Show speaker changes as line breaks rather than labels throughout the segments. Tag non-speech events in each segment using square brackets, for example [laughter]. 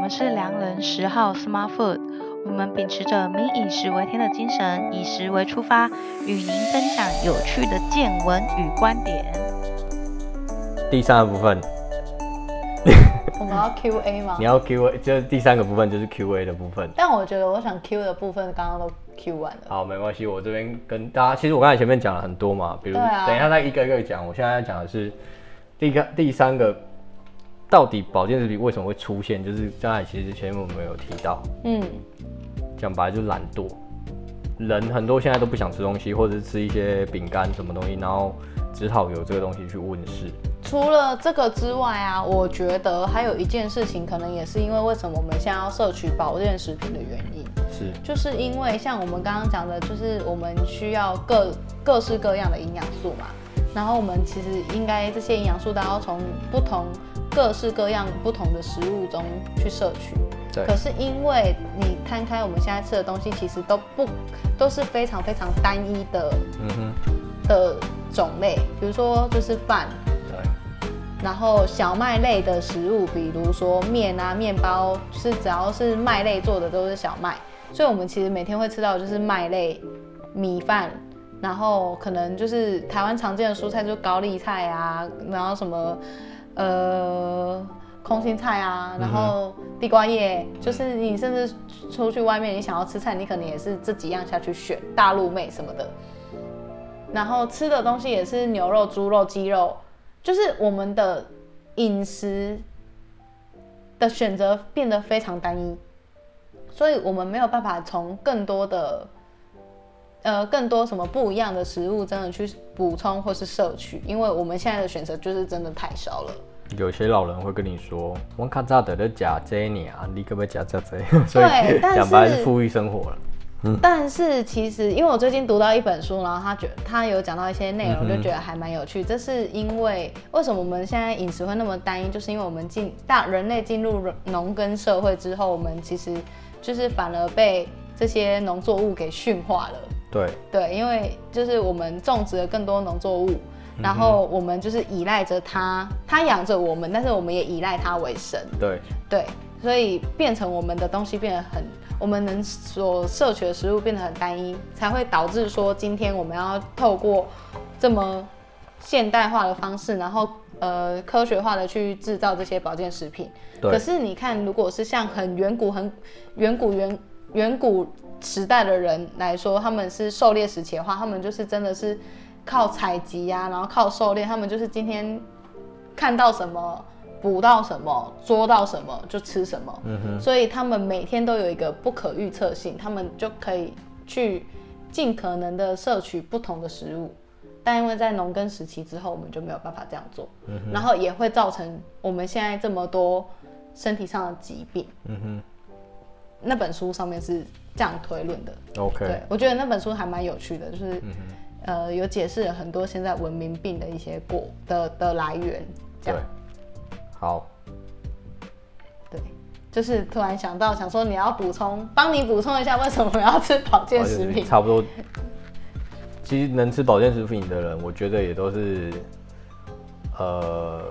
们是良人十号 Smart Food，我们秉持着民以食为天的精神，以食为出发，与您分享有趣的见闻与观点。
第三个部分，
我们要 Q A 吗
嗯你？要 Q A，就是第三个部分就是 Q A 的部分。
但我觉得我想 Q 的部分刚刚都 Q 完了。
好，没关系，我这边跟大家，其实我刚才前面讲了很多嘛，比如、
对啊
等一下再一个一个讲。我现在要讲的是第一个第三个，到底保健食品为什么会出现？就是刚才其实前面我们有提到，
嗯，
讲白了就是懒惰。人很多现在都不想吃东西，或者是吃一些饼干什么东西，然后只好有这个东西去问世。
除了这个之外啊，我觉得还有一件事情，可能也是因为为什么我们现在要摄取保健食品的原因，
是，
就是因为像我们刚刚讲的，就是我们需要各各式各样的营养素嘛。然后我们其实应该这些营养素都要从不同各式各样不同的食物中去摄取。
对
可，是因为你摊开我们现在吃的东西，其实都不都是非常非常单一的
嗯哼，
的种类，比如说就是饭，
对，
然后小麦类的食物，比如说面啊、面包，是只要是麦类做的都是小麦，所以我们其实每天会吃到的就是麦类米饭，然后可能就是台湾常见的蔬菜就是高丽菜啊，然后什么呃空心菜啊，然后地瓜叶，就是你甚至出去外面你想要吃菜，你可能也是这几样下去选，大陆妹什么的。然后吃的东西也是牛肉、猪肉、鸡肉，就是我们的饮食的选择变得非常单一，所以我们没有办法从更多的呃更多什么不一样的食物真的去补充或是摄取，因为我们现在的选择就是真的太少了。
有些老人会跟你说，我看早的在假这你啊，你可不可以假这这？
[laughs]
所以
对但是
讲白了是富裕生活了。
但是其实，因为我最近读到一本书，然后他觉他有讲到一些内容，就觉得还蛮有趣。这是因为为什么我们现在饮食会那么单一，就是因为我们进大人类进入农耕社会之后，我们其实就是反而被这些农作物给驯化了。
对，
对，因为就是我们种植了更多农作物，然后我们就是依赖着它，它养着我们，但是我们也依赖它为生。
对，
对，所以变成我们的东西变得很，我们能所摄取的食物变得很单一，才会导致说今天我们要透过这么现代化的方式，然后呃科学化的去制造这些保健食品。
对
可是你看，如果是像很远古、很远古、远远古时代的人来说，他们是狩猎时期的话，他们就是真的是靠采集呀、然后靠狩猎，他们就是今天看到什么。捕到什么，捉到什么就吃什么，
嗯
所以他们每天都有一个不可预测性，他们就可以去尽可能的摄取不同的食物。但因为在农耕时期之后，我们就没有办法这样做，然后也会造成我们现在这么多身体上的疾病。
嗯
那本书上面是这样推论的。
哼，OK，
对，我觉得那本书还蛮有趣的，就是、呃有解释了很多现在文明病的一些过的的来源。这
对
样，
好，
对，就是突然想到，想说你要补充，帮你补充一下为什么要吃保健
保健
食
食品
品。
差不多。其实能吃保健食品的人，我觉得也都是，呃，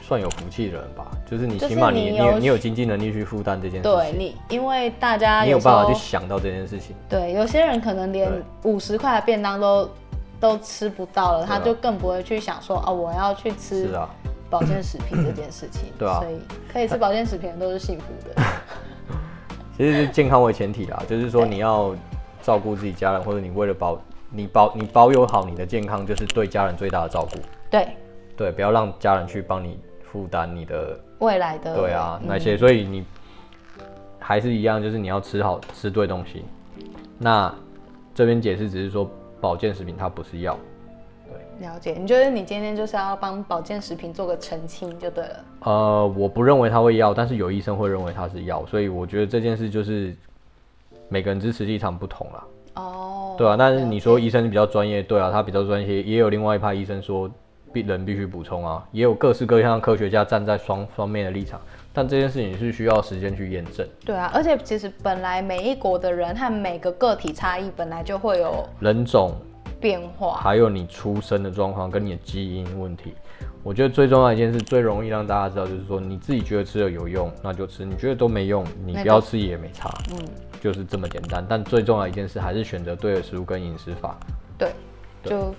算有福气的人吧。就是你
就是
起码你
你
你
有
有你有经济能力去负担这件事
对
情，
你，因为大家
你有办法
时
去
候
想到这件事情。
对，有些人可能连
对
五十块的便当都都吃不到
对
了，
啊
他就更不会去想说哦，我要去吃
是啊，
保健食品这件事情。
[clears throat] 对啊
所以可以吃保健食品的都是幸福
[laughs]
的。
其实是健康为前提啦，就是说
对
你要照顾自己家人，或者你为了保你保你保有好你的健康，就是对家人最大的照顾。
对，
对，不要让家人去帮你负担你的
未来的
对啊，
嗯
那些，所以你还是一样，就是你要吃好吃对东西。那这边解释只是说保健食品它不是药，
嗯了解。你觉得你今天就是要帮保健食品做个澄清就对了。
呃，我不认为它会药，但是有医生会认为它是药，所以我觉得这件事就是每个人支持立场不同啦，
哦，
对啊。但是你说
了解
医生比较专业，对啊，他比较专业，也有另外一派医生说必人必须补充啊，也有各式各样的科学家站在双方面的立场，但这件事情是需要时间去验证。
对啊，而且其实本来每一国的人和每个个体差异本来就会有
人种
变化。
还有你出生的状况跟你的基因问题。我觉得最重要的一件事，最容易让大家知道，就是说你自己觉得吃了有用，那就吃；你觉得都没用，你
那
不要
就
吃也没差，
嗯，
就是这么简单。但最重要的一件事，还是选择对的食物跟饮食法。
对，
对
就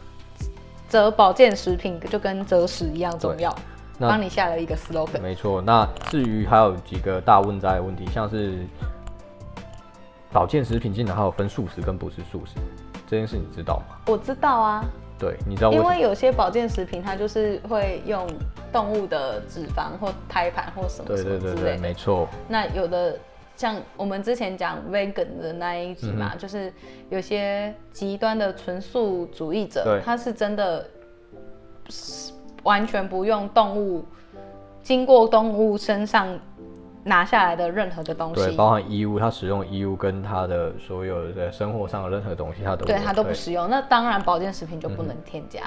择保健食品就跟择食一样重要。
那
帮你下了一个 slogan，
没错，那至于还有几个大问在的问题，像是保健食品竟然还有分素食跟不是素食，这件事你知道吗？
我知道啊，
对，你知道为什
因
么
为？有些保健食品它就是会用动物的脂肪或胎盘或什么
对
什
对
么之
对
类
对，
的。
没错，
那有的像我们之前讲 vegan 的那一集
嗯
嘛，就是有些极端的纯素主义者
对，
他是真的完全不用动物经过动物身上拿下来的任何的东
对，
西，
包含衣物，他使用的衣物跟他的所有的生活上的任何东西，他都
对
有
他都不。使用。那当然保健食品就不能添加，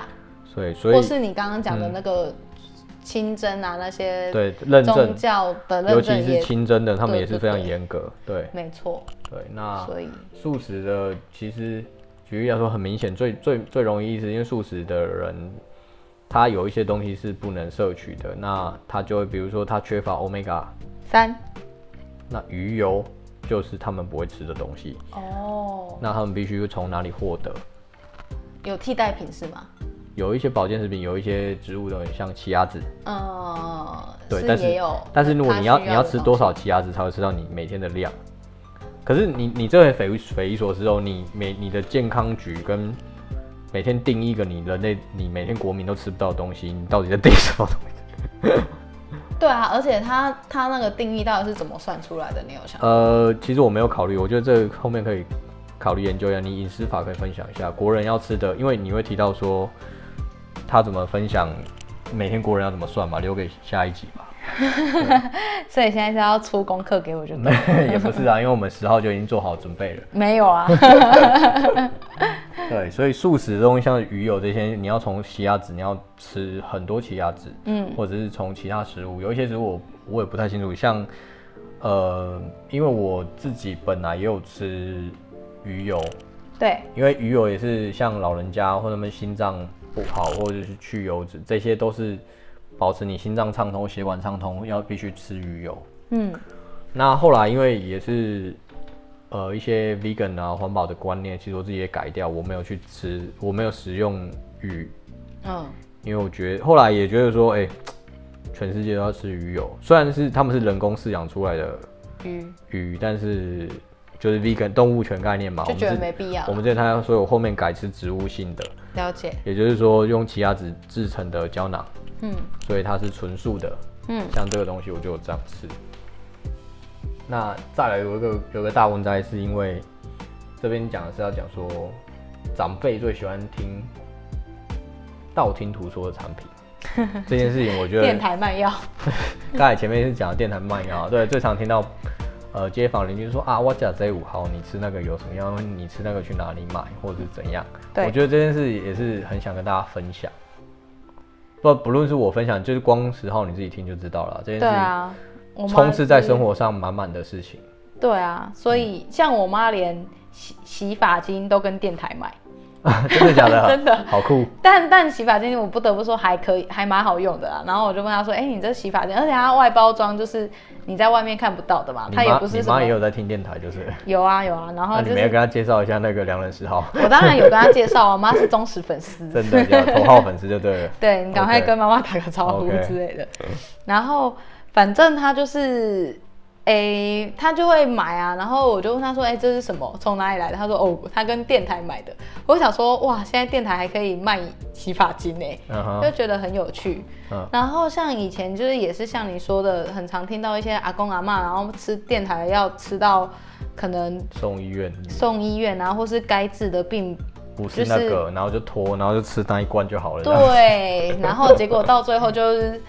所以，嗯所
或
以
是你刚刚讲的那个清真啊那些
对认
宗
证，
教的
尤
认
其
证
是
也
清真的，他们
对
也是
对
非常
对
严格。对
没错，
对，那
所以
素食的其实举例来说，很明显，最最最容易意思，因为素食的人，他有一些东西是不能摄取的，那他就会比如说他缺乏 omega，
三
那鱼油就是他们不会吃的东西，
哦，
那他们必须从哪里获得？
有替代品是吗？
有一些保健食品，有一些植物的像奇亚籽，
呃，
对，
是
但
也
是
有
但是如果
它
你要
需
你要
的
吃
东
多
西？
少奇亚籽才会吃到你每天的量？可是你你这很匪夷匪夷所思哦，你每你的健康局跟每天定一个你人类你每天国民都吃不到的东西，你到底在定什么东西？ [laughs]
对啊，而且它它那个定义到底是怎么算出来的？你有想？
呃，其实我没有考虑，我觉得这后面可以考虑研究一下。你饮食法可以分享一下国人要吃的，因为你会提到说他怎么分享每天国人要怎么算嘛，留给下一集吧。 [laughs]
所以现在是要出功课给我就对了，
也不是啊，因为我们十号就已经做好准备了。
没有 [laughs] 啊？
对，所以素食的东西，像鱼油这些，你要从奇亚籽，你要吃很多奇亚籽，
嗯，
或者是从其他食物，有一些食物我我也不太清楚，像呃，因为我自己本来也有吃鱼油，
对，
因为鱼油也是像老人家或他们心脏不好，或者是去油脂，这些都是保持你心脏畅通、血管畅通，要必须吃鱼油。
嗯，
那后来因为也是呃一些 vegan 啊环保的观念，其实我自己也改掉，我没有去吃，我没有食用鱼，
嗯，
因为我觉得后来也觉得说，哎、全世界都要吃鱼油，虽然是他们是人工饲养出来的
鱼
鱼，但是就是 vegan 动物权概念嘛，我
就
们
觉得
是
没必要
我们之前他要说我后面改吃植物性的，
了解，
也就是说用奇亚籽制成的胶囊，
嗯
所以它是纯素的，
嗯，
像这个东西我就有这样吃。那再来有一个有一个大文摘，是因为这边讲的是要讲说长辈最喜欢听道听途说的产
[laughs]
品这件事情，我觉
电
得
台卖药，
刚才前面是讲电台卖药，对，最常听到呃街坊邻居说啊，我家这五号，你吃那个有什么样？你吃那个去哪里买，或者是怎样？
对
我觉得这件事也是很想跟大家分享。不，不论是我分享，就是光十号你自己听就知道了。这件
对
事情
啊，我妈
充斥在
是
生活上满满的事情。 [laughs]
对啊，所以像我妈连洗洗发精都跟电台买，
真的假的？
[laughs] 真的
好酷。
但但洗发精我不得不说还可以，还蛮好用的啊。然后我就问他说：“哎、你这洗发精，而且它外包装就是你在外面看不到的嘛，
你
它也
妈，
不
你
是什么
妈也有在听电台，就是。
有啊有啊。”然
那
后
你
就
没有
是
跟她介绍一下那个良人十号？ [laughs]
我当然有跟他介绍啊，我妈是忠实粉丝，
真的假的？头号粉丝就对了。
对你赶快
OK
跟妈妈打个招呼
OK
之类的。然后反正他就是，诶、他就会买啊。然后我就问他说，诶、这是什么？从哪里来的？他说，哦，他跟电台买的。我想说，哇，现在电台还可以卖洗发精呢、
嗯
就
哼，
觉得很有趣。
嗯
然后像以前就是也是像你说的，很常听到一些阿公阿嬷，然后吃电台要吃到可能
送医院
送医院啊，或是该治的病
不是那
就
个，然后就拖，然后就吃那一罐就好了。这样啊
对，啊然后结果到最后就是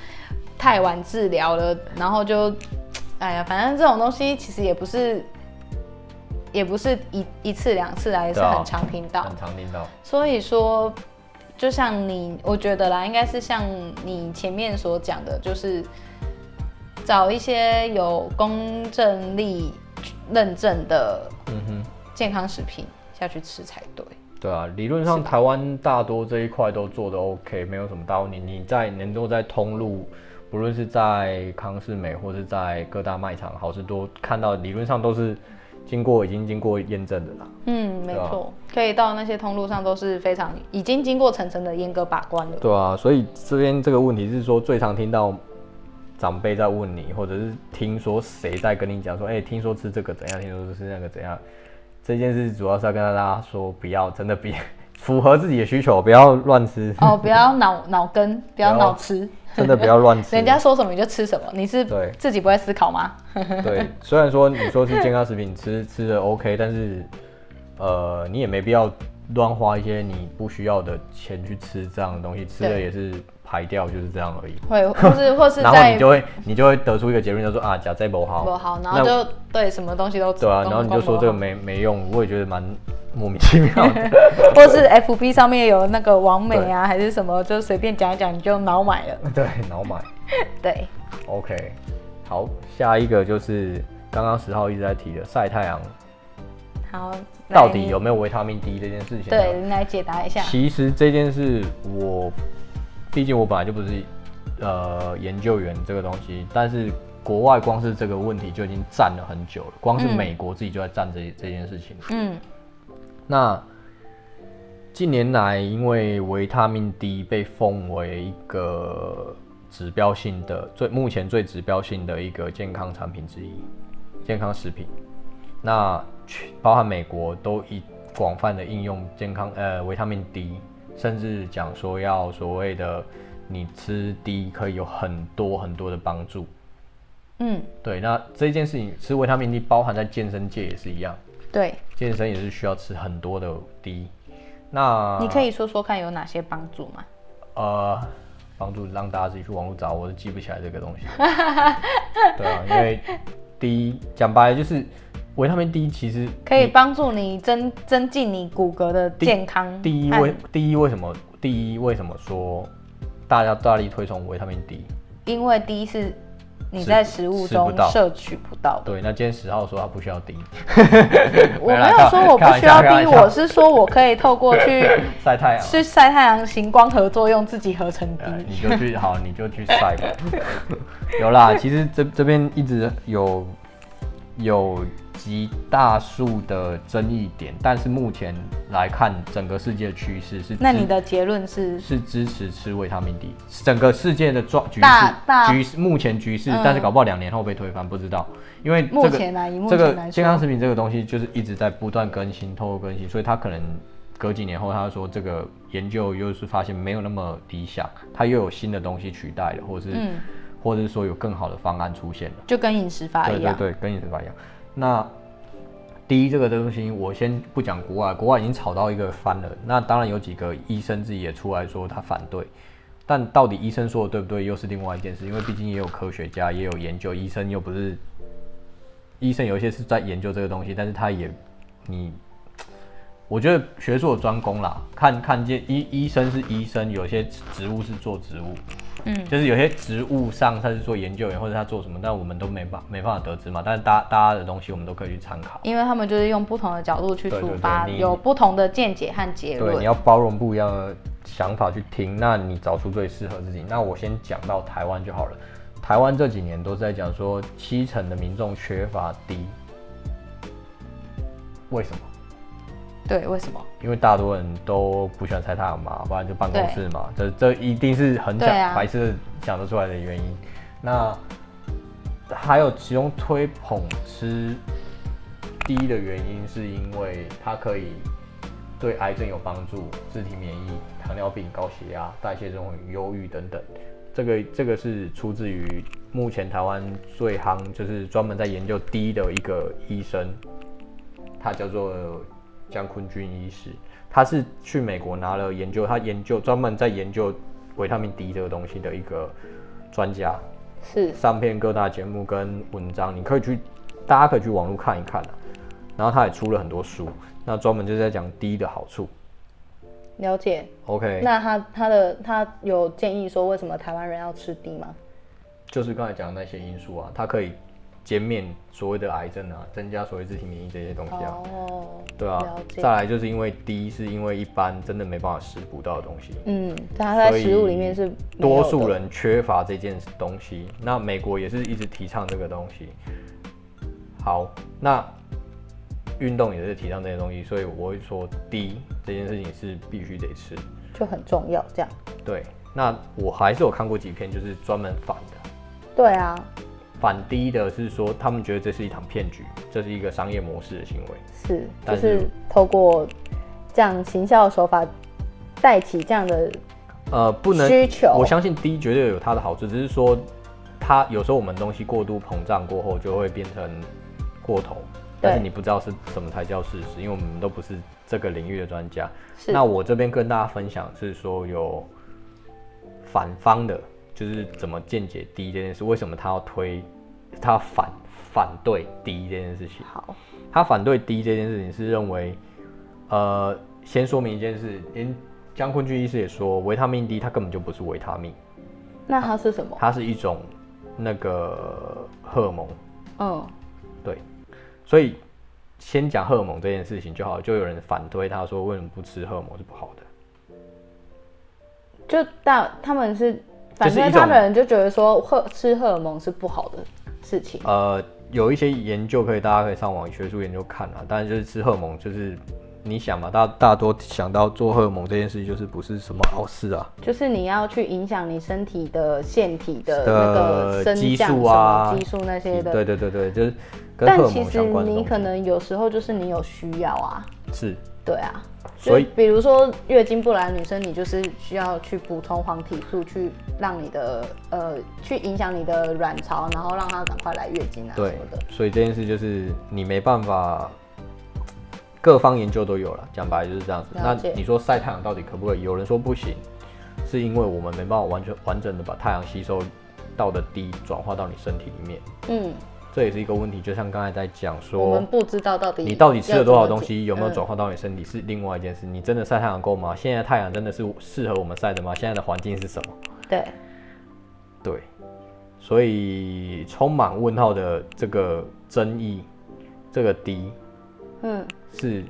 太晚治疗了，然后就，哎呀，反正这种东西其实也不是，也不是一一次两次来，也是
对啊
很常听到。
很常听到。
所以说，就像你，我觉得啦，应该是像你前面所讲的，就是找一些有公正力认证的
嗯哼，
健康食品下去吃才对。
对啊，理论上台湾大多这一块都做的 OK，没有什么大问题。你在能够在通路，不论是在康士美或是在各大卖场、好事多看到，理论上都是经过已经经过验证的啦。
嗯，没
对啊
错，可以到那些通路上都是非常已经经过层层的严格把关了。
对啊，所以这边这个问题是说最常听到长辈在问你，或者是听说谁在跟你讲说，哎、听说吃这个怎样，听说吃那个怎样。这件事主要是要跟大家说，不要 [laughs] 真的别符合自己的需求，不要乱吃，
哦，不要脑脑根，不要
不要
脑吃，
真的不要乱吃。
[laughs] 人家说什么你就吃什么，你是
对
自己不会思考吗？ [laughs]
对，虽然说你说是健康食品，吃 [laughs] 吃的 OK，但是呃，你也没必要乱花一些你不需要的钱去吃这样的东西，吃了
对
也是排掉，就是这样而已。
会，或是或
[laughs]
是
然后
在
你就会你就会得出一个结论，就说啊，假这不好，
不好，然
那
后就对什么东西都
对啊，
都
然后你就
光
说
不
这个
好
没没用，我也觉得蛮莫名其妙的。
[laughs] 或是 FB 上面有那个网美
对嗯
啊，还是什么，就随便讲一讲你就脑买了。
对，脑满。
对，
OK，好，下一个就是刚刚十号一直在提的晒太阳
好，
到
来
底
你
有没有维他命 D 这件事情。
对，你来解答一下。
其实这件事我，毕竟我本来就不是呃研究员这个东西，但是国外光是这个问题就已经站了很久了，光是
嗯
美国自己就在站这、这件事情。
嗯，
那近年来，因为维他命 D 被奉为一个指标性的最目前最指标性的一个健康产品之一，健康食品。那全包含美国都以广泛的应用健康呃维他命 D，甚至讲说要所谓的你吃 D 可以有很多很多的帮助。
嗯，
对，那这件事情吃维他命 D 包含在健身界也是一样。
对，
健身也是需要吃很多的 D。那
你可以说说看有哪些帮助吗？
呃帮助让大家自己去网络找，我是记不起来这个东
[laughs]
西。对啊，因为 D 讲白了就是维他命 D 其实
可以帮助你增增进你骨骼的健康。
第一为，第一为什么第一为什么说大家大力推崇维他命 D？
因为第一是你
吃
在食物
吃
中
不到
摄取不到的。
对，那今天十号说他不需要 D，
我
没啦
没有说我不
开玩
需要
笑开玩
逼，
笑
我是说我可以透过
[laughs]
去
晒太阳。
去晒太阳行光合作用自己合成
呃
D。
你就去好，你就去晒吧。 [laughs] 有啦，其实这这边一直有有极大数的争议点，但是目前来看，整个世界趋势是
那你
支
的结论是？
是支持吃维他命 D，整个世界的状局
大大
势局势目前局势，
嗯
但是搞不好两年后被推翻，不知道，因为、这个、
目前啊以目
这
前
个
来说
健康食品这个东西就是一直在不断更新，透过更新，所以它可能隔几年后，他说这个研究又是发现没有那么理想，它又有新的东西取代了，或者是、
嗯，
或者是说有更好的方案出现了。
就跟饮食法
对
一
对
样。
对，跟饮食法一样。那第一这个东西，我先不讲国外，国外已经吵到一个翻了。那当然有几个医生自己也出来说他反对，但到底医生说的对不对，又是另外一件事，因为毕竟也有科学家，也有研究，医生又不是医生，有一些是在研究这个东西，但是他也你。我觉得学术有专攻啦，看看见医医生是医生，有些植物是做植物，就是有些职务上他是做研究员或者他做什么，但我们都没办没办法得知嘛。但是大家大家的东西我们都可以去参考。
因为他们就是用不同的角度去
对对
出
对
发，
你
有不同的见解和结
对，
论
你。要包容不一样的想法去听，那你找出最适合自己。那我先讲到台湾就好了。台湾这几年都在讲说，七成的民众缺乏 D，为什么？
对，为什么？
因为大多人都不喜欢晒太阳嘛，不然就办公室嘛，这这一定是很
对
想、
啊
白痴想得出来的原因。那还有其中推捧吃第一的原因，是因为它可以对癌症有帮助，自体免疫、糖尿病、高血压、代谢症候群、忧郁等等。这个这个是出自于目前台湾最夯，就是专门在研究 D 的一个医生，他叫做江坤军医师，他是去美国拿了研究，他研究专门在研究维他命 D 这个东西的一个专家，
是
上片各大节目跟文章，你可以去，大家可以去网络看一看啊。然后他也出了很多书，那专门就是在讲 D 的好处。
了解。
OK，
那他他的他有建议说，为什么台湾人要吃低吗？
就是刚才讲的那些因素啊，它可以减免所谓的癌症啊，增加所谓自体免疫这些东西啊。
哦，
对啊
了，解
再来就是因为第一是因为一般真的没办法食补到的东西，
嗯，它在
所以
食物里面是没有
多
的
数人缺乏这件东西。那美国也是一直提倡这个东西。好，那运动也是提倡这些东西，所以我会说，第一这件事情是必须得吃。
就很重要，这样。
对，那我还是有看过几篇就是专门反的，
对啊，
反低的是说他们觉得这是一场骗局，这是一个商业模式的行为。
是，就
但是
是透过这样行销手法带起这样的
呃，不能
需求
我相信低绝对有它的好处，只是说它有时候我们东西过度膨胀过后，就会变成过头。但是你不知道是什么才叫事实，因为我们都不是这个领域的专家。
是
那我这边跟大家分享是说有反方的，就是怎么见解低这件事，为什么他要推，他要反反对低这件事情。
好，
他反对低这件事情是认为，呃，先说明一件事，连江坤俊医师也说，维他命 D 它根本就不是维他命，
那它是什么？
它是一种那个荷尔蒙，
嗯，
对，所以先讲荷尔蒙这件事情就好，就有人反对他说，为什么不吃荷尔蒙是不好的？
就大他们是，反
就是一
正
种
他们人就觉得说荷吃荷尔蒙是不好的事情。
呃，有一些研究可以，大家可以上网学术研究看啊。当然就是吃荷尔蒙，就是你想嘛，大大多想到做荷尔蒙这件事，就是不是什么好事啊，
就是你要去影响你身体的腺体的那个升
激
降
素
什
啊
么激素那些的，
对对对对，就是跟
但
荷尔
其
蒙
实
相关的
你
东
可
西。
能有时候就是你有需要啊，
是，
对啊，就
所以
比如说月经不来的女生，你就是需要去补充黄体素，去让你的呃去影响你的卵巢，然后让它赶快来月经啊什
对
么的。，
所以这件事就是你没办法，各方研究都有了，讲白就是这样子。那
了解
你说晒太阳到底可不可以？有人说不行，是因为我们没办法完全完整的把太阳吸收到的 D 转化到你身体里面。
嗯，
这也是一个问题，就像刚才在讲
我
说
们，不知道到底
你到底吃了多少东西，有
要怎
没
么嗯
有
解
转化到你身体是另外一件事。你真的晒太阳够吗？现在太阳真的是适合我们晒的吗？现在的环境是什么？
嗯对，
对，所以充满问号的这个争议，这个低
嗯，
是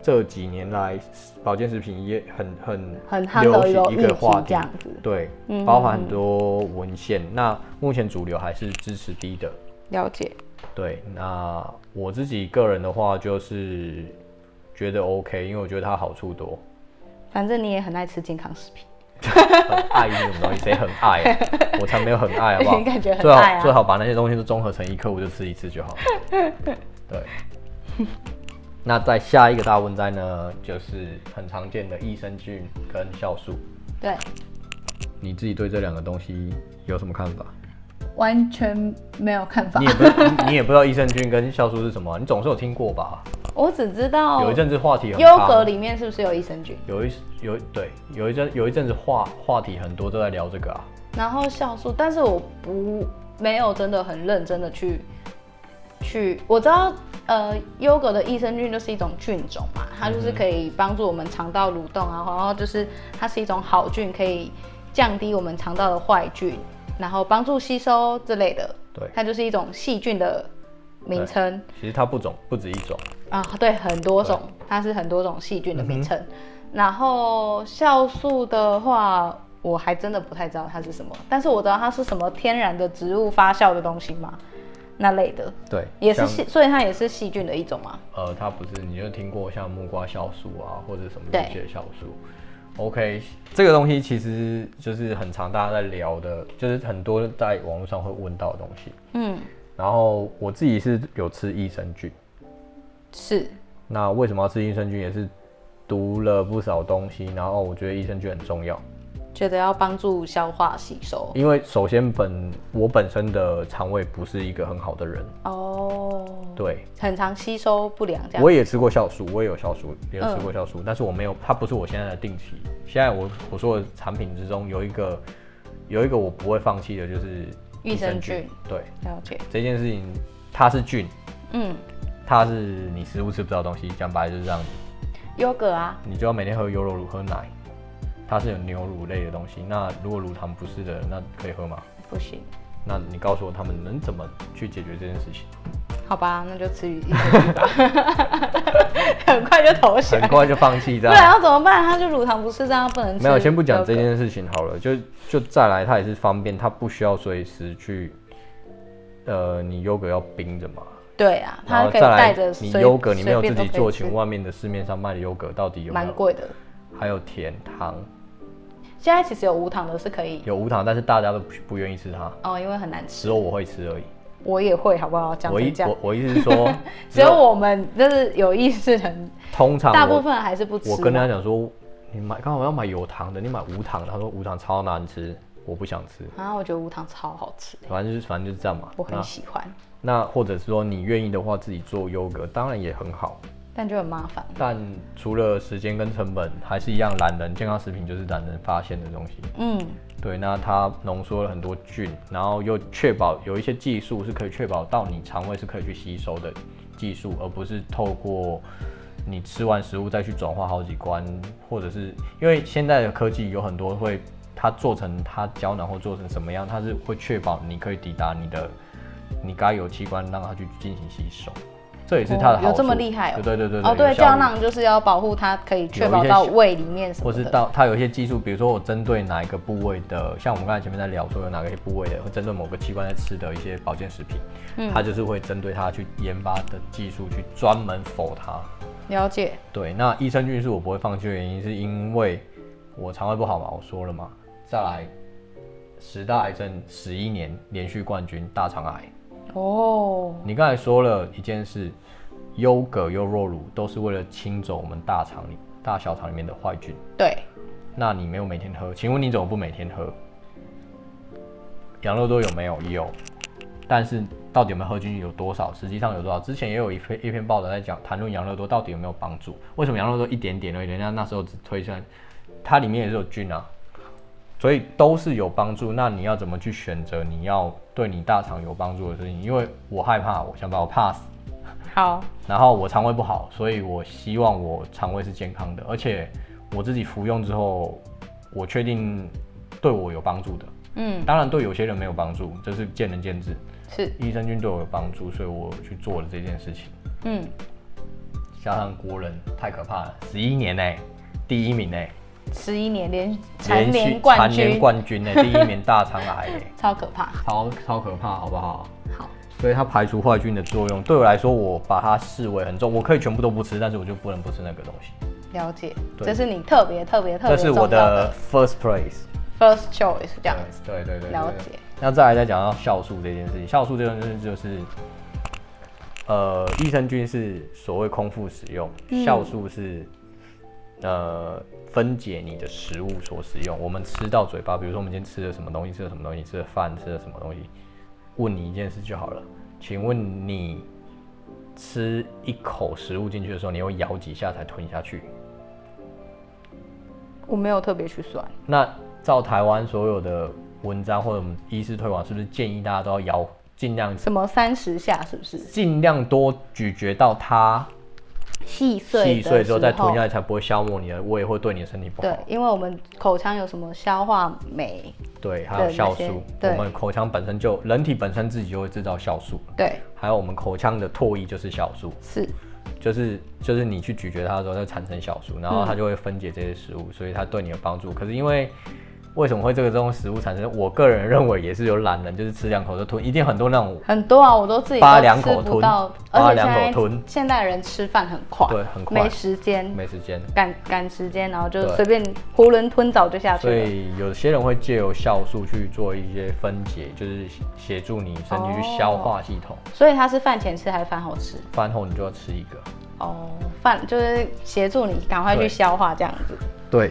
这几年来保健食品也很很
很夯
流
的
行
有
一
议
个
题
话题
这样子，
对
嗯，
包含很多文献。那目前主流还是支持低的。
了解。
对，那我自己个人的话，就是觉得 OK，因为我觉得它好处多。
反正你也很爱吃健康食品，
很爱是什么东西？谁很爱啊、我才没有很爱，好不好？
[laughs] 你感觉很
最好
爱啊
最好把那些东西都综合成一颗，我就吃一次就好了。对。
[laughs]
那在下一个大问灾呢，就是很常见的益生菌跟酵素。
对，
你自己对这两个东西有什么看
[laughs]
法？
完全没有看法
你也不你也不知道益生菌跟酵素是什么啊、你总是有听过吧？
[laughs] 我只知道
有一阵子话题很
哦优
夯
格里面是不是有益生菌？
有一有对有一阵有一阵子话话题很多都在聊这个啊，
然后酵素，但是我不没有真的很认真的去去，我知道呃优格的益生菌就是一种菌种嘛，它就是可以帮助我们肠道蠕动啊，然后就是它是一种好菌，可以降低我们肠道的坏菌，然后帮助吸收之类的，
对
它就是一种细菌的名称。
其实它不种不止一种，
啊，对，很多种，它是很多种细菌的名称。
嗯
然后酵素的话，我还真的不太知道它是什么，但是我知道它是什么天然的植物发酵的东西嘛，那类的，
对，
也是
像
细，所以它也是细菌的一种嘛。
呃，它不是你就听过像木瓜酵素啊，或者什么
对
绿血酵素。OK，这个东西其实就是很常大家在聊的，就是很多在网络上会问到的东西。
嗯，
然后我自己是有吃益生菌，
是，
那为什么要吃益生菌？也是读了不少东西，然后我觉得益生菌很重要。
觉得要帮助消化吸收。
因为首先本我本身的肠胃不是一个很好的人，
哦，
嗯对
很常吸收不良这样。嗯
我也吃过酵素，我也有酵素，也有吃过酵素，但是我没有，它不是我现在的定期。现在我我说的产品之中有一个有一个我不会放弃的就是
益生菌
对
了解，
这件事情，它是菌，
嗯，
它是你食物吃不到的东西，讲白了就是这样子，
优格啊，
你就要每天喝优酪乳、喝奶，它是有牛乳类的东西。那如果乳糖不是的，那可以喝吗？
不行，
那你告诉我他们能怎么去解决这件事情？
好吧，那就吃鱼一起吧， [laughs] 很快就投降
很，快就放弃
不
这
然
样。
要怎么办？他就乳糖不吃，这样不能吃。
没有，先不讲这。件事情好了，就就再来，它也是方便，它不需要随时去，呃，你优格要冰着嘛，
对啊，
然
他
后
可以
再
带
来
着，
你
随
优格你没有
随
自
便
己
都可以
做，
吃
请外面的市面上卖的优格到底有没
蛮
有？
贵的。
还有甜糖，
现在其实有无糖的是可以，
有无糖，但是大家都不不愿意吃它，
哦，因为很难吃
只有。我会吃而已。
我也会，好不好？讲
我
成
意
这样，
我，我意思是说
[laughs] 只有我们就是有意识的人，
通常
大
我
部分还是不吃嘛。
我跟他讲说，你买刚好要买有糖的，你买无糖的。他说无糖超难吃，我不想吃。
啊，我觉得无糖超好吃，
反正就是反正就是这样嘛。
我很喜欢，
那那或者是说你愿意的话，自己做优格当然也很好，
但就很麻烦。
但除了时间跟成本，还是一样懒人健康食品就是懒人发现的东西。
嗯，
对，那它浓缩了很多菌，然后又确保有一些技术是可以确保到你肠胃是可以去吸收的技术，而不是透过你吃完食物再去转化好几关，或者是因为现在的科技有很多会它做成它胶囊或做成什么样，它是会确保你可以抵达你的你该有器官，让它去进行吸收，这也是它的
哦
好处。
有这么厉害哦
对对对对，
哦，对，
有效
胶
率
囊就是要保护它，可以确
有一
保
些
到
小
胃里面什么
或是
的。
到它有一些技术，比如说我针对哪一个部位的，像我们刚才前面在聊说有哪个部位的，会针对某个器官在吃的一些保健食品，它就是会针对它去研发的技术去专门否它。
了解，
对，那益生菌是我不会放弃的原因，是因为我肠胃不好嘛，我说了嘛。再来，十大癌症十一年连续冠军大肠癌。
哦，
你刚才说了一件事，优格优酪乳都是为了清走我们大肠里大小肠里面的坏菌。
对，
那你没有每天喝，请问你怎么不每天喝？羊肉多有没有？有，但是到底有没有喝进去有多少？实际上有多少？之前也有一篇一篇报道在讲谈论羊肉多到底有没有帮助？为什么羊肉多一点点而已？人家那时候只推算它里面也是有菌啊，所以都是有帮助。那你要怎么去选择你要对你大肠有帮助的事情？因为我害怕，我想把我 pass
好，
然后我肠胃不好，所以我希望我肠胃是健康的，而且我自己服用之后，我确定对我有帮助的。
嗯，
当然对有些人没有帮助，这是见仁见智。
是，
益生菌对我有帮助，所以我去做了这件事情。
嗯，
加上国人太可怕了，十一年呢、第一名呢、
十一年连
连
蝉
续
联冠
蝉联
军，
冠军呢、
[laughs]
第一名大肠癌、欸，
超可怕。
超超可怕，好不好？
好，
所以它排除坏菌的作用，对我来说，我把它视为很重。我可以全部都不吃，但是我就不能不吃那个东西。
了解，
对
这是你特别特别特
这
别
是
重
我
要
的
的
first place。
first choice 这样子。
对对对，对
了解。
那再来再讲到酵素这件事情，酵素这件事情就是，呃，益生菌是所谓空腹使用，
嗯
酵素是呃分解你的食物所使用。我们吃到嘴巴，比如说我们今天吃了什么东西，吃了什么东西，吃了饭，吃了什么东西，问你一件事就好了，请问你吃一口食物进去的时候，你会咬几下才吞下去？
我没有特别去算，
那照台湾所有的文章或者我们医师推广，是不是建议大家都要咬，尽量
什么三十下是不是？
尽量多咀嚼到它
细碎
细
的
碎
时
之
候
后再吞下来，才不会消磨你的胃，会对你的身体不
对
好。，
因为我们口腔有什么消化酶，
对，还有酵
对那些
素，
对
我们口腔本身就人体本身自己就会制造酵素，
对，
还有我们口腔的唾液就是酵素，
是
就是就是你去咀嚼它的时候，它产生酵素，然后
嗯
它就会分解这些食物，所以它对你有帮助。可是因为为什么会这个这种食物产生？我个人认为也是有懒人，就是吃两口就吞，一定很多那种
很多啊，我都自己
扒
都
两
吃
口
不
吞
到
扒
而且
两口
现在
吞
现代人吃饭很快，
对很
没
快
时间，
没时间，
赶赶时间，然后就
对
随便囫囵吞枣就下去
所
了。
以有些人会借由酵素去做一些分解，就是协助你身体去消化系统。
所以它是饭前吃还是饭后吃？
饭后你就要吃一个，
哦，饭就是协助你赶快去
对
消化这样子。
对。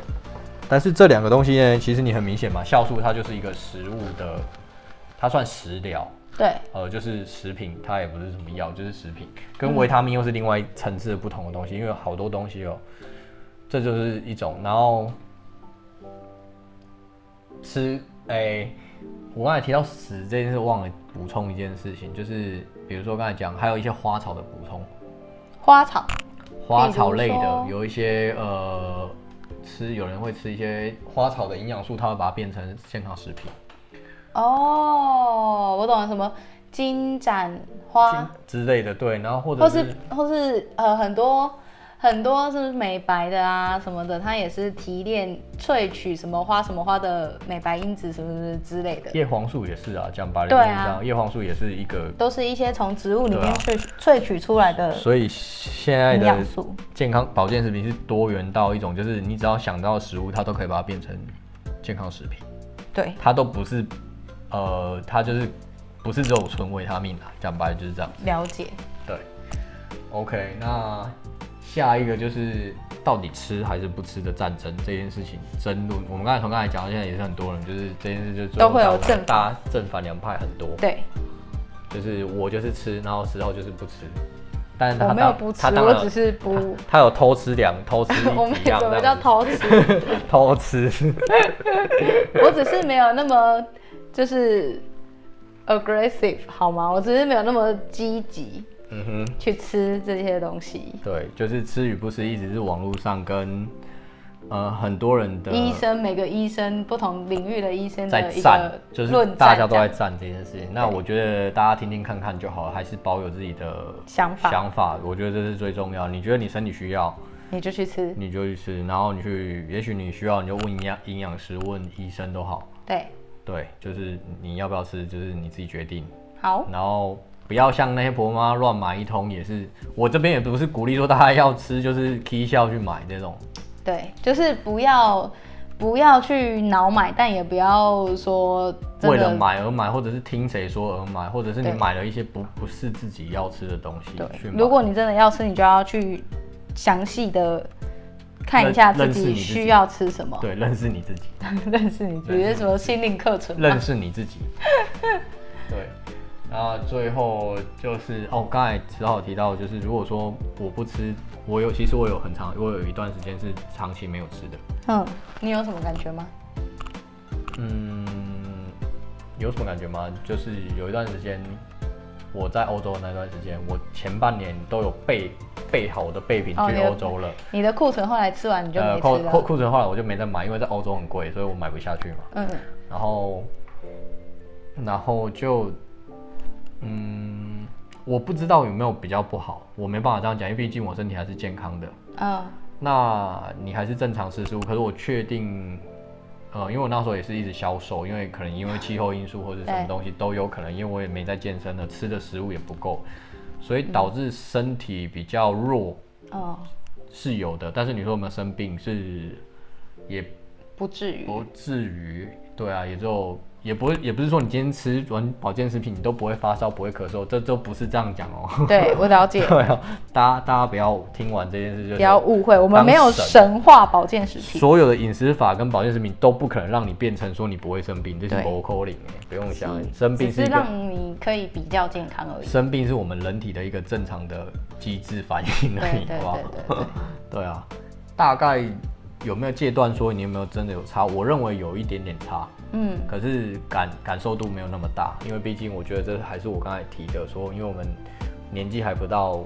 但是这两个东西呢，其实你很明显嘛，酵素它就是一个食物的，它算食疗，
对，
呃，就是食品，它也不是什么药，就是食品，
嗯
跟维他命又是另外一层次的不同的东西，因为有好多东西哦，这就是一种。然后吃，哎、我刚才提到食这件事，忘了补充一件事情，就是比如说刚才讲，还有一些花草的补充，
花草
花草类
比如说
的有一些呃，吃有人会吃一些花草的营养素，它会把它变成健康食品。
哦，我懂了，什么金盏花，
之类的，对，然后或者
或
是
是或是呃很多很多是美白的啊什么的，它也是提炼萃取什么花什么花的美白因子什么什么之类的，
叶黄素也是啊，讲白了
对
就
啊
是这样，叶黄素也是一个，
都是一些从植物里
对
面
啊
萃取萃取出来的
所以现在
营
的
养素。
健康保健食品是多元到一种，就是你只要想到的食物，它都可以把它变成健康食品，
对，
它都不是，呃，它就是不是只有纯维他命啊，讲白了就是这样。
了解。
对，OK，那下一个就是到底吃还是不吃的战争这件事情争论。我们刚才从刚才讲到现在也是很多人，就是这件事就是最后
都会有
导致
正反
大家正反两派很多。
对，
就是我就是吃，然后十号就是不吃，但是他
我没有
当
不吃，
他当
我
然
只是不，
他有偷吃两偷
[laughs]
吃
我
一
没
几
有
样
什么
这
叫
样子，
偷吃，
[laughs] 偷吃，
[laughs] 我只是没有那么就是 aggressive 好吗？我只是没有那么积极
嗯哼。
去吃这些东西。
对，就是吃与不吃，一直是网络上跟呃很多人的
医生每个医生不同领域的医生
在
的一
站
个，
就是
论
大
战
家都
这
在
样
站这件事情。那
对
我觉得大家听听看看就好了，还是保有自己的
想法
想法，我觉得这是最重要。你觉得你身体需要，
你就去吃，
你就去吃，然后你去，也许你需要你就问营养营养师、问医生都好。
对，
对，就是你要不要吃，就是你自己决定。
好，
然后不要像那些婆妈乱买一通，也是我这边也不是鼓励说大家要吃，就是踢笑去买这种。
对，就是不要不要去脑买，但也不要说真的
为了买而买，或者是听谁说而买，或者是你
对
买了一些不不是自己要吃的东西
对
去，买。
如果你真的要吃，你就要去详细的看一下自
认认识
己
你自己
需要吃什么，
对认识你自己，
[laughs] 认识你自己，
认识
是什么心灵课程吗
认？识你自
[laughs]
己。对，那最后就是哦，刚才只好提到，就是如果说我不吃，我有其实我有很长，我有一段时间是长期没有吃的。
嗯，你有什么感觉吗？
嗯，有什么感觉吗？就是有一段时间，我在欧洲的那段时间，我前半年都有备备好我的备品
哦
去
你有
欧洲了。
你的库存后来吃完你就没
呃，库
吃
库
了，
库存后来我就没再买，因为在欧洲很贵，所以我买不下去嘛。
嗯，
然后，然后就，嗯，我不知道有没有比较不好，我没办法这样讲，因为毕竟我身体还是健康的。
嗯，
那你还是正常吃食物，可是我确定，呃，因为我那时候也是一直消瘦，因为可能因为气候因素或者什么
对
东西都有可能，因为我也没在健身了，吃的食物也不够，
嗯
所以导致身体比较弱
哦，
是有的。但是你说有没有生病是也
不至
[laughs]
于，
不至于，对啊，也就也不会，也不是说你今天吃完保健食品你都不会发烧、不会咳嗽，这都不是这样讲哦。
对我了
[laughs]
解，
对啊，大家大家不要听完这件事就
不要
是
误会，我们没有
当神
神话保健食品，
所有的饮食法跟保健食品都不可能让你变成说你不会生病，这是
对
不可能的，不用想，生病
只
是
是
一个
让你可以比较健康而已。
生病是我们人体的一个正常的机制反应而
对
已，[laughs]
对
好不好
对？对对，
对啊，大概有没有戒断说你有没有真的有差？我认为有一点点差。
嗯，
可是感感受度没有那么大，因为毕竟我觉得这还是我刚才提的说，因为我们年纪还不到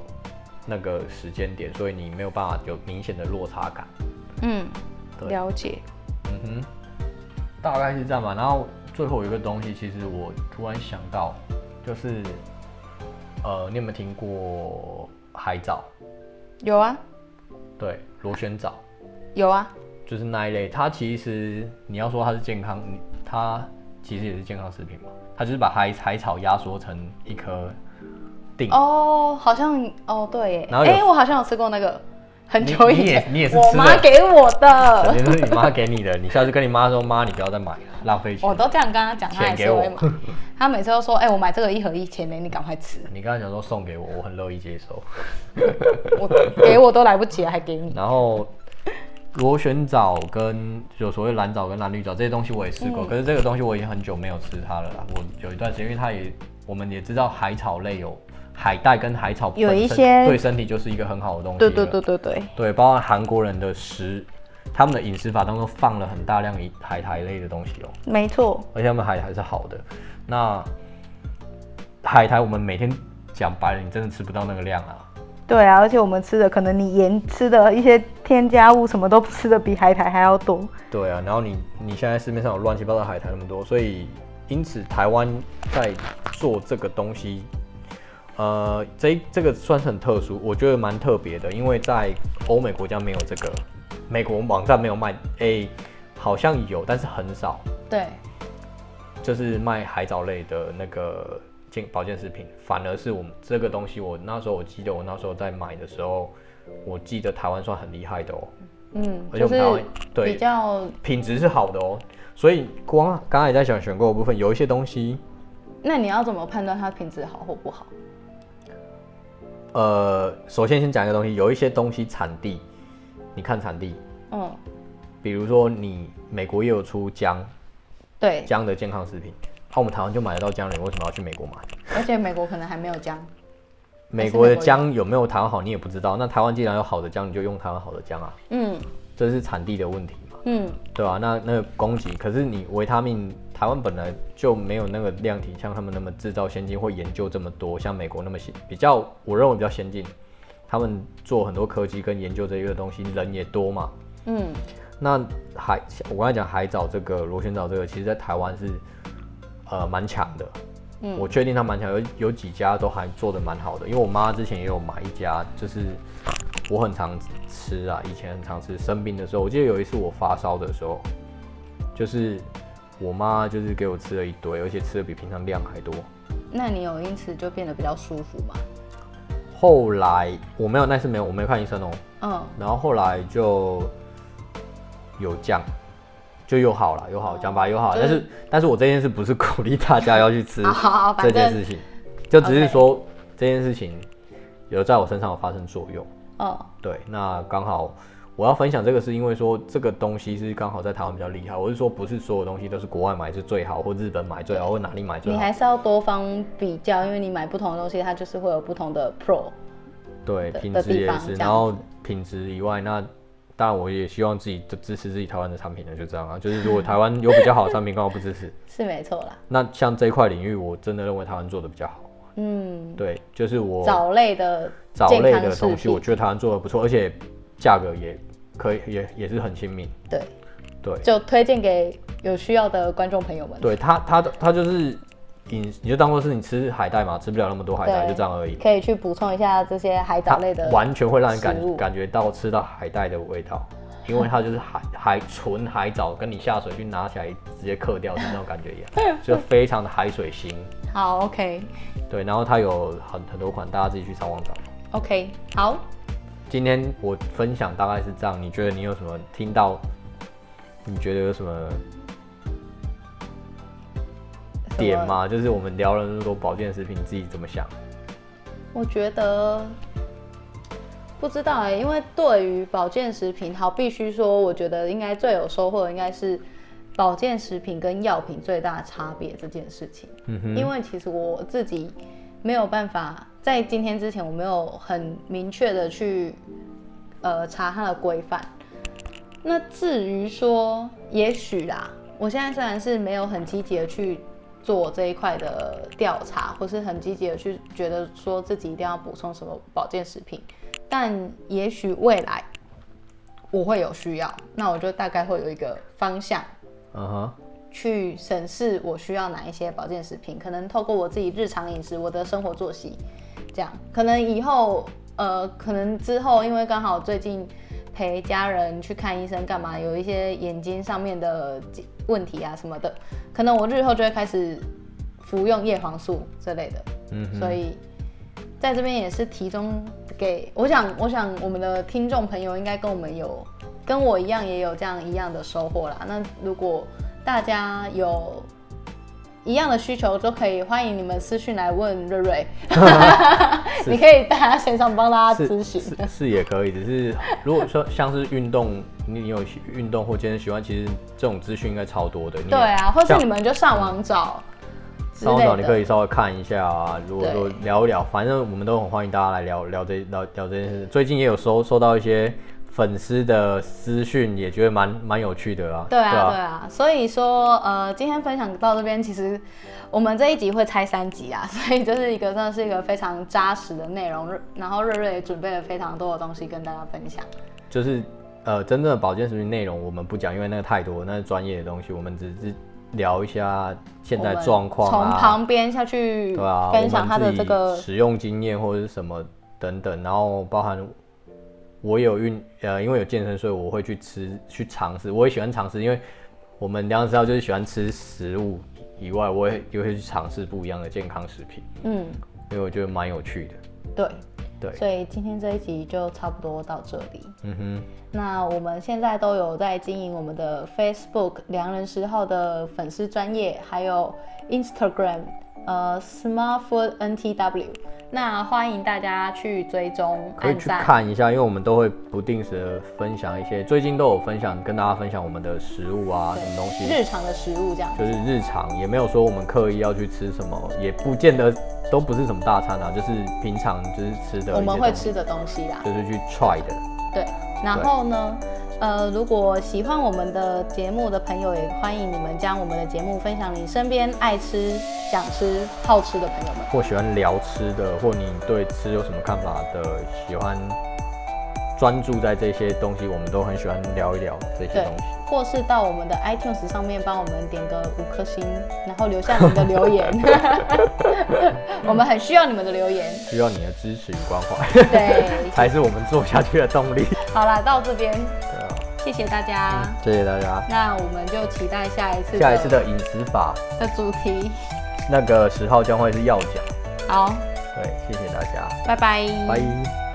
那个时间点，所以你没有办法有明显的落差感。
嗯，
对
了解。
嗯哼，大概是这样吧。然后最后有一个东西，其实我突然想到，就是呃，你有没有听过海藻？
有啊，
对，螺旋藻
有啊，
就是那一类。它其实你要说它是健康，你它其实也是健康食品嘛。它就是把海海草压缩成一颗锭。 [laughs]
哦，好像哦，对耶，
嗯然后有
哎，我好像有吃过那个，很久
你
以前，
你也你也是
我
吃
妈
了
给我
肯
的，
定是你妈给你的，你下次跟你妈说，妈，你不要再买了，浪费钱
我。都这样跟她讲，她
钱
还
给
是
我
会买。她每次都说，哎，我买这个一盒一千呢，你赶快
[laughs]
吃，
你刚才讲说送给我，我很乐意接受。
我给我都来不及了，还给你。
然后螺旋藻跟有所谓蓝藻跟蓝绿藻这些东西我也试
嗯
过，可是这个东西我已经很久没有吃它了啦。我有一段时间，因为它也我们也知道海草类有海带跟海草本身
有一些
对身体就是一个很好的东西。
对对对，对对，
对，包括韩国人的食，他们的饮食法当中放了很大量以海苔类的东西哦、
没错，
而且他们海苔是好的。那海苔我们每天讲白了，你真的吃不到那个量啊。
对啊，而且我们吃的可能你盐吃的一些添加物什么都吃的比海苔还要多，
对啊，然后你你现在市面上有乱七八糟的海苔那么多，所以因此台湾在做这个东西，呃，这这个算是很特殊，我觉得蛮特别的，因为在欧美国家没有这个，美国网站没有卖，诶、好像有，但是很少，
对，
就是卖海藻类的那个健保健食品，反而是我们这个东西，我那时候我记得我那时候在买的时候，我记得台湾算很厉害的哦，
嗯，
而且
就
我们台
是
湾对
比较
品质是好的哦。所以光刚才在讲选购的部分，有一些东西，
那你要怎么判断它品质好或不好？
呃，首先先讲一个东西，有一些东西产地，你看产地，
嗯，
比如说你美国也有出姜
对，
姜的健康食品，那、我们台湾就买得到姜了，你为什么要去美国买？
[laughs] 而且美国可能还没有姜。
美国的姜有没有台湾好，你也不知道。那台湾既然有好的姜，你就用台湾好的姜啊，
嗯
这是产地的问题嘛，
嗯，
对吧、那那个供给，可是你维他命，台湾本来就没有那个量体，像他们那么制造先进或研究这么多，像美国那么先比较，我认为比较先进，他们做很多科技跟研究这一个东西，人也多嘛，
嗯，
那海，我刚才讲海藻这个螺旋藻这个，其实在台湾是呃蛮强的。
嗯
我确定它蛮强，有有几家都还做的蛮好的。因为我妈之前也有买一家，就是我很常吃啊，以前很常吃。生病的时候，我记得有一次我发烧的时候，就是我妈就是给我吃了一堆，而且吃的比平常量还多。
那你有因此就变得比较舒服吗？
后来我没有，那次没有，我没看医生哦、
嗯，
然后后来就有降，就又好了，又好讲法又好了，
哦就
但
是
是但是我这件事不是鼓励大家要去
[laughs]
吃
好好好，
这
反
件
正
事情，就只是
OK
说这件事情有在我身上有发生作用。
哦，
对，那刚好我要分享这个是因为说这个东西是刚好在台湾比较厉害，我是说不是所有东西都是国外买是最好，或日本买最好，或哪里买最
你
好
还。是要多方比较，因为你买不同的东西，它就是会有不同的 pro。
对，
的
品
的
质
地
也
方
是。
这
然
样
后
子
品质以外，那当然我也希望自己就支持自己台湾的产品了，就这样啊。就是如果台湾有比较好的产品，干嘛不支持？
是没错啦，
那像这一块领域，我真的认为台湾做的比较好。
嗯，
对，就是我
藻类的
藻
健
类
康
的
食
东西，
品
我觉得台湾做的不错，而且价格也可以，也也是很亲民。
对，
对，
就推荐给有需要的观众朋友们，
对它它它就是饮，你就当做是你吃海带嘛，吃不了那么多海带，
对
就这样而已。
可以去补充一下这些海藻类的
它完全会让你
食物
感感觉到吃到海带的味道，因为它就是海海纯海藻，跟你下水去拿起来直接嗑掉的那种感觉一
[laughs]
样，就非常的海水腥。
好，OK，OK，、
对，然后它有很很多款，大家自己去上网找。
好，
今天我分享大概是这样，你觉得你有什么听到？你觉得有什么点
什么？
吗？就是我们聊了那么多保健食品，你自己怎么想？
我觉得不知道哎、因为对于保健食品，好，必须说，我觉得应该最有收获的应该是保健食品跟药品最大的差别这件事情。
嗯哼，
因为其实我自己没有办法在今天之前，我没有很明确的去呃查它的规范。那至于说，也许啦，我现在虽然是没有很积极的去做这一块的调查，或是很积极的去觉得说自己一定要补充什么保健食品，但也许未来我会有需要，那我就大概会有一个方向。
嗯哼，
去审视我需要哪一些保健食品，可能透过我自己日常饮食、我的生活作息，这样可能以后呃，可能之后因为刚好最近陪家人去看医生干嘛，有一些眼睛上面的问题啊什么的，可能我日后就会开始服用叶黄素之类的，
嗯哼，
所以在这边也是提供给我想，我想我们的听众朋友应该跟我们有跟我一样也有这样一样的收获啦。那如果大家有一样的需求，都可以欢迎你们私讯来问瑞
[laughs]
瑞，你可以大家线上帮大家咨
是
询。
是是也可以，只是如果说像是运动，你你有喜运动或健身习惯，其实这种资讯应该超多的。你
对啊，或是
像
你们就上网找之
稍早
类
你可
的。
以稍微看一下啊，如果说
对
聊一聊，反正我们都很欢迎大家来聊聊这聊聊这件事。最近也有收收到一些粉丝的私讯，也觉得蛮蛮有趣的啊。
对啊，对啊，所以说，呃，今天分享到这边，其实我们这一集会拆三集啊， [laughs] 所以就是一个真的是一个非常扎实的内容。然后瑞瑞也准备了非常多的东西跟大家分享。
就是呃，真正的保健食品内容我们不讲，因为那个太多，那是专业的东西，我们只是聊一下现
我
在
们
状况
从
啊，
旁边下去
对啊，
嗯分享他
我
的
们自
这
己
个
使用经验或者是什么等等，然后包含我有运呃，因为有健身，所以我会去吃去尝试，我也喜欢尝试，因为我们两知道就是喜欢吃食物以外，我也也会去尝试不一样的健康食品，
嗯，
因为我觉得蛮有趣的。
对，
对，
所以今天这一集就差不多到这里。
嗯哼，
那我们现在都有在经营我们的 Facebook 良人十号的粉丝专业，还有 Instagram 呃 Smart Food NTW。那欢迎大家去追踪、
可以
按
去
赞。
看一下，因为我们都会不定时的分享一些，最近都有分享跟大家分享我们的食物啊，什么东西，
日常的食物这样。
就是日常，也没有说我们刻意要去吃什么，也不见得都不是什么大餐啊，就是平常就是吃的，
我们会吃，的东西啦。
就是去 try 的。
对，然后呢，呃，如果喜欢我们的节目的朋友，也欢迎你们将我们的节目分享你身边爱吃、想吃、好吃的朋友们。
或喜欢聊吃的，或你对吃有什么看法的，喜欢专注在这些东西，我们都很喜欢聊一聊这些
对
东西。，
或是到我们的 iTunes 上面帮我们点个五颗星，然后留下你们的留
[laughs]
言，我们很需要你们的留言。
[laughs] 需要你的支持与关怀，
对，
[laughs] 才是我们做下去的动力。 [laughs]
好啦，到这边，
对啊
谢谢大家，
谢谢大家，
那我们就期待下一次
嗯下一次的饮食法
的主题。
那个十号将会是药奖。
好，
对，谢谢大家，
拜拜，
拜。